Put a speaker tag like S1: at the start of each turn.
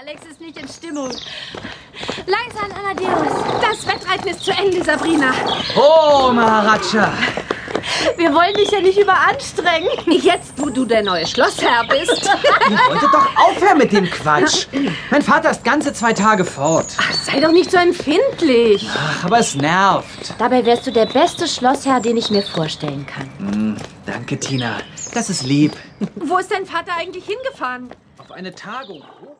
S1: Alex ist nicht in Stimmung. Leise an Anadeus. Das Wettreiten ist zu Ende, Sabrina.
S2: Oh, Maharaja.
S1: Wir wollen dich ja nicht überanstrengen. Jetzt, wo du der neue Schlossherr bist.
S2: Ihr wolltet doch aufhören mit dem Quatsch. Mein Vater ist ganze zwei Tage fort.
S1: Sei doch nicht so empfindlich.
S2: Ach, aber es nervt.
S3: Dabei wärst du der beste Schlossherr, den ich mir vorstellen kann.
S2: Danke, Tina. Das ist lieb.
S1: Wo ist dein Vater eigentlich hingefahren?
S2: Auf eine Tagung.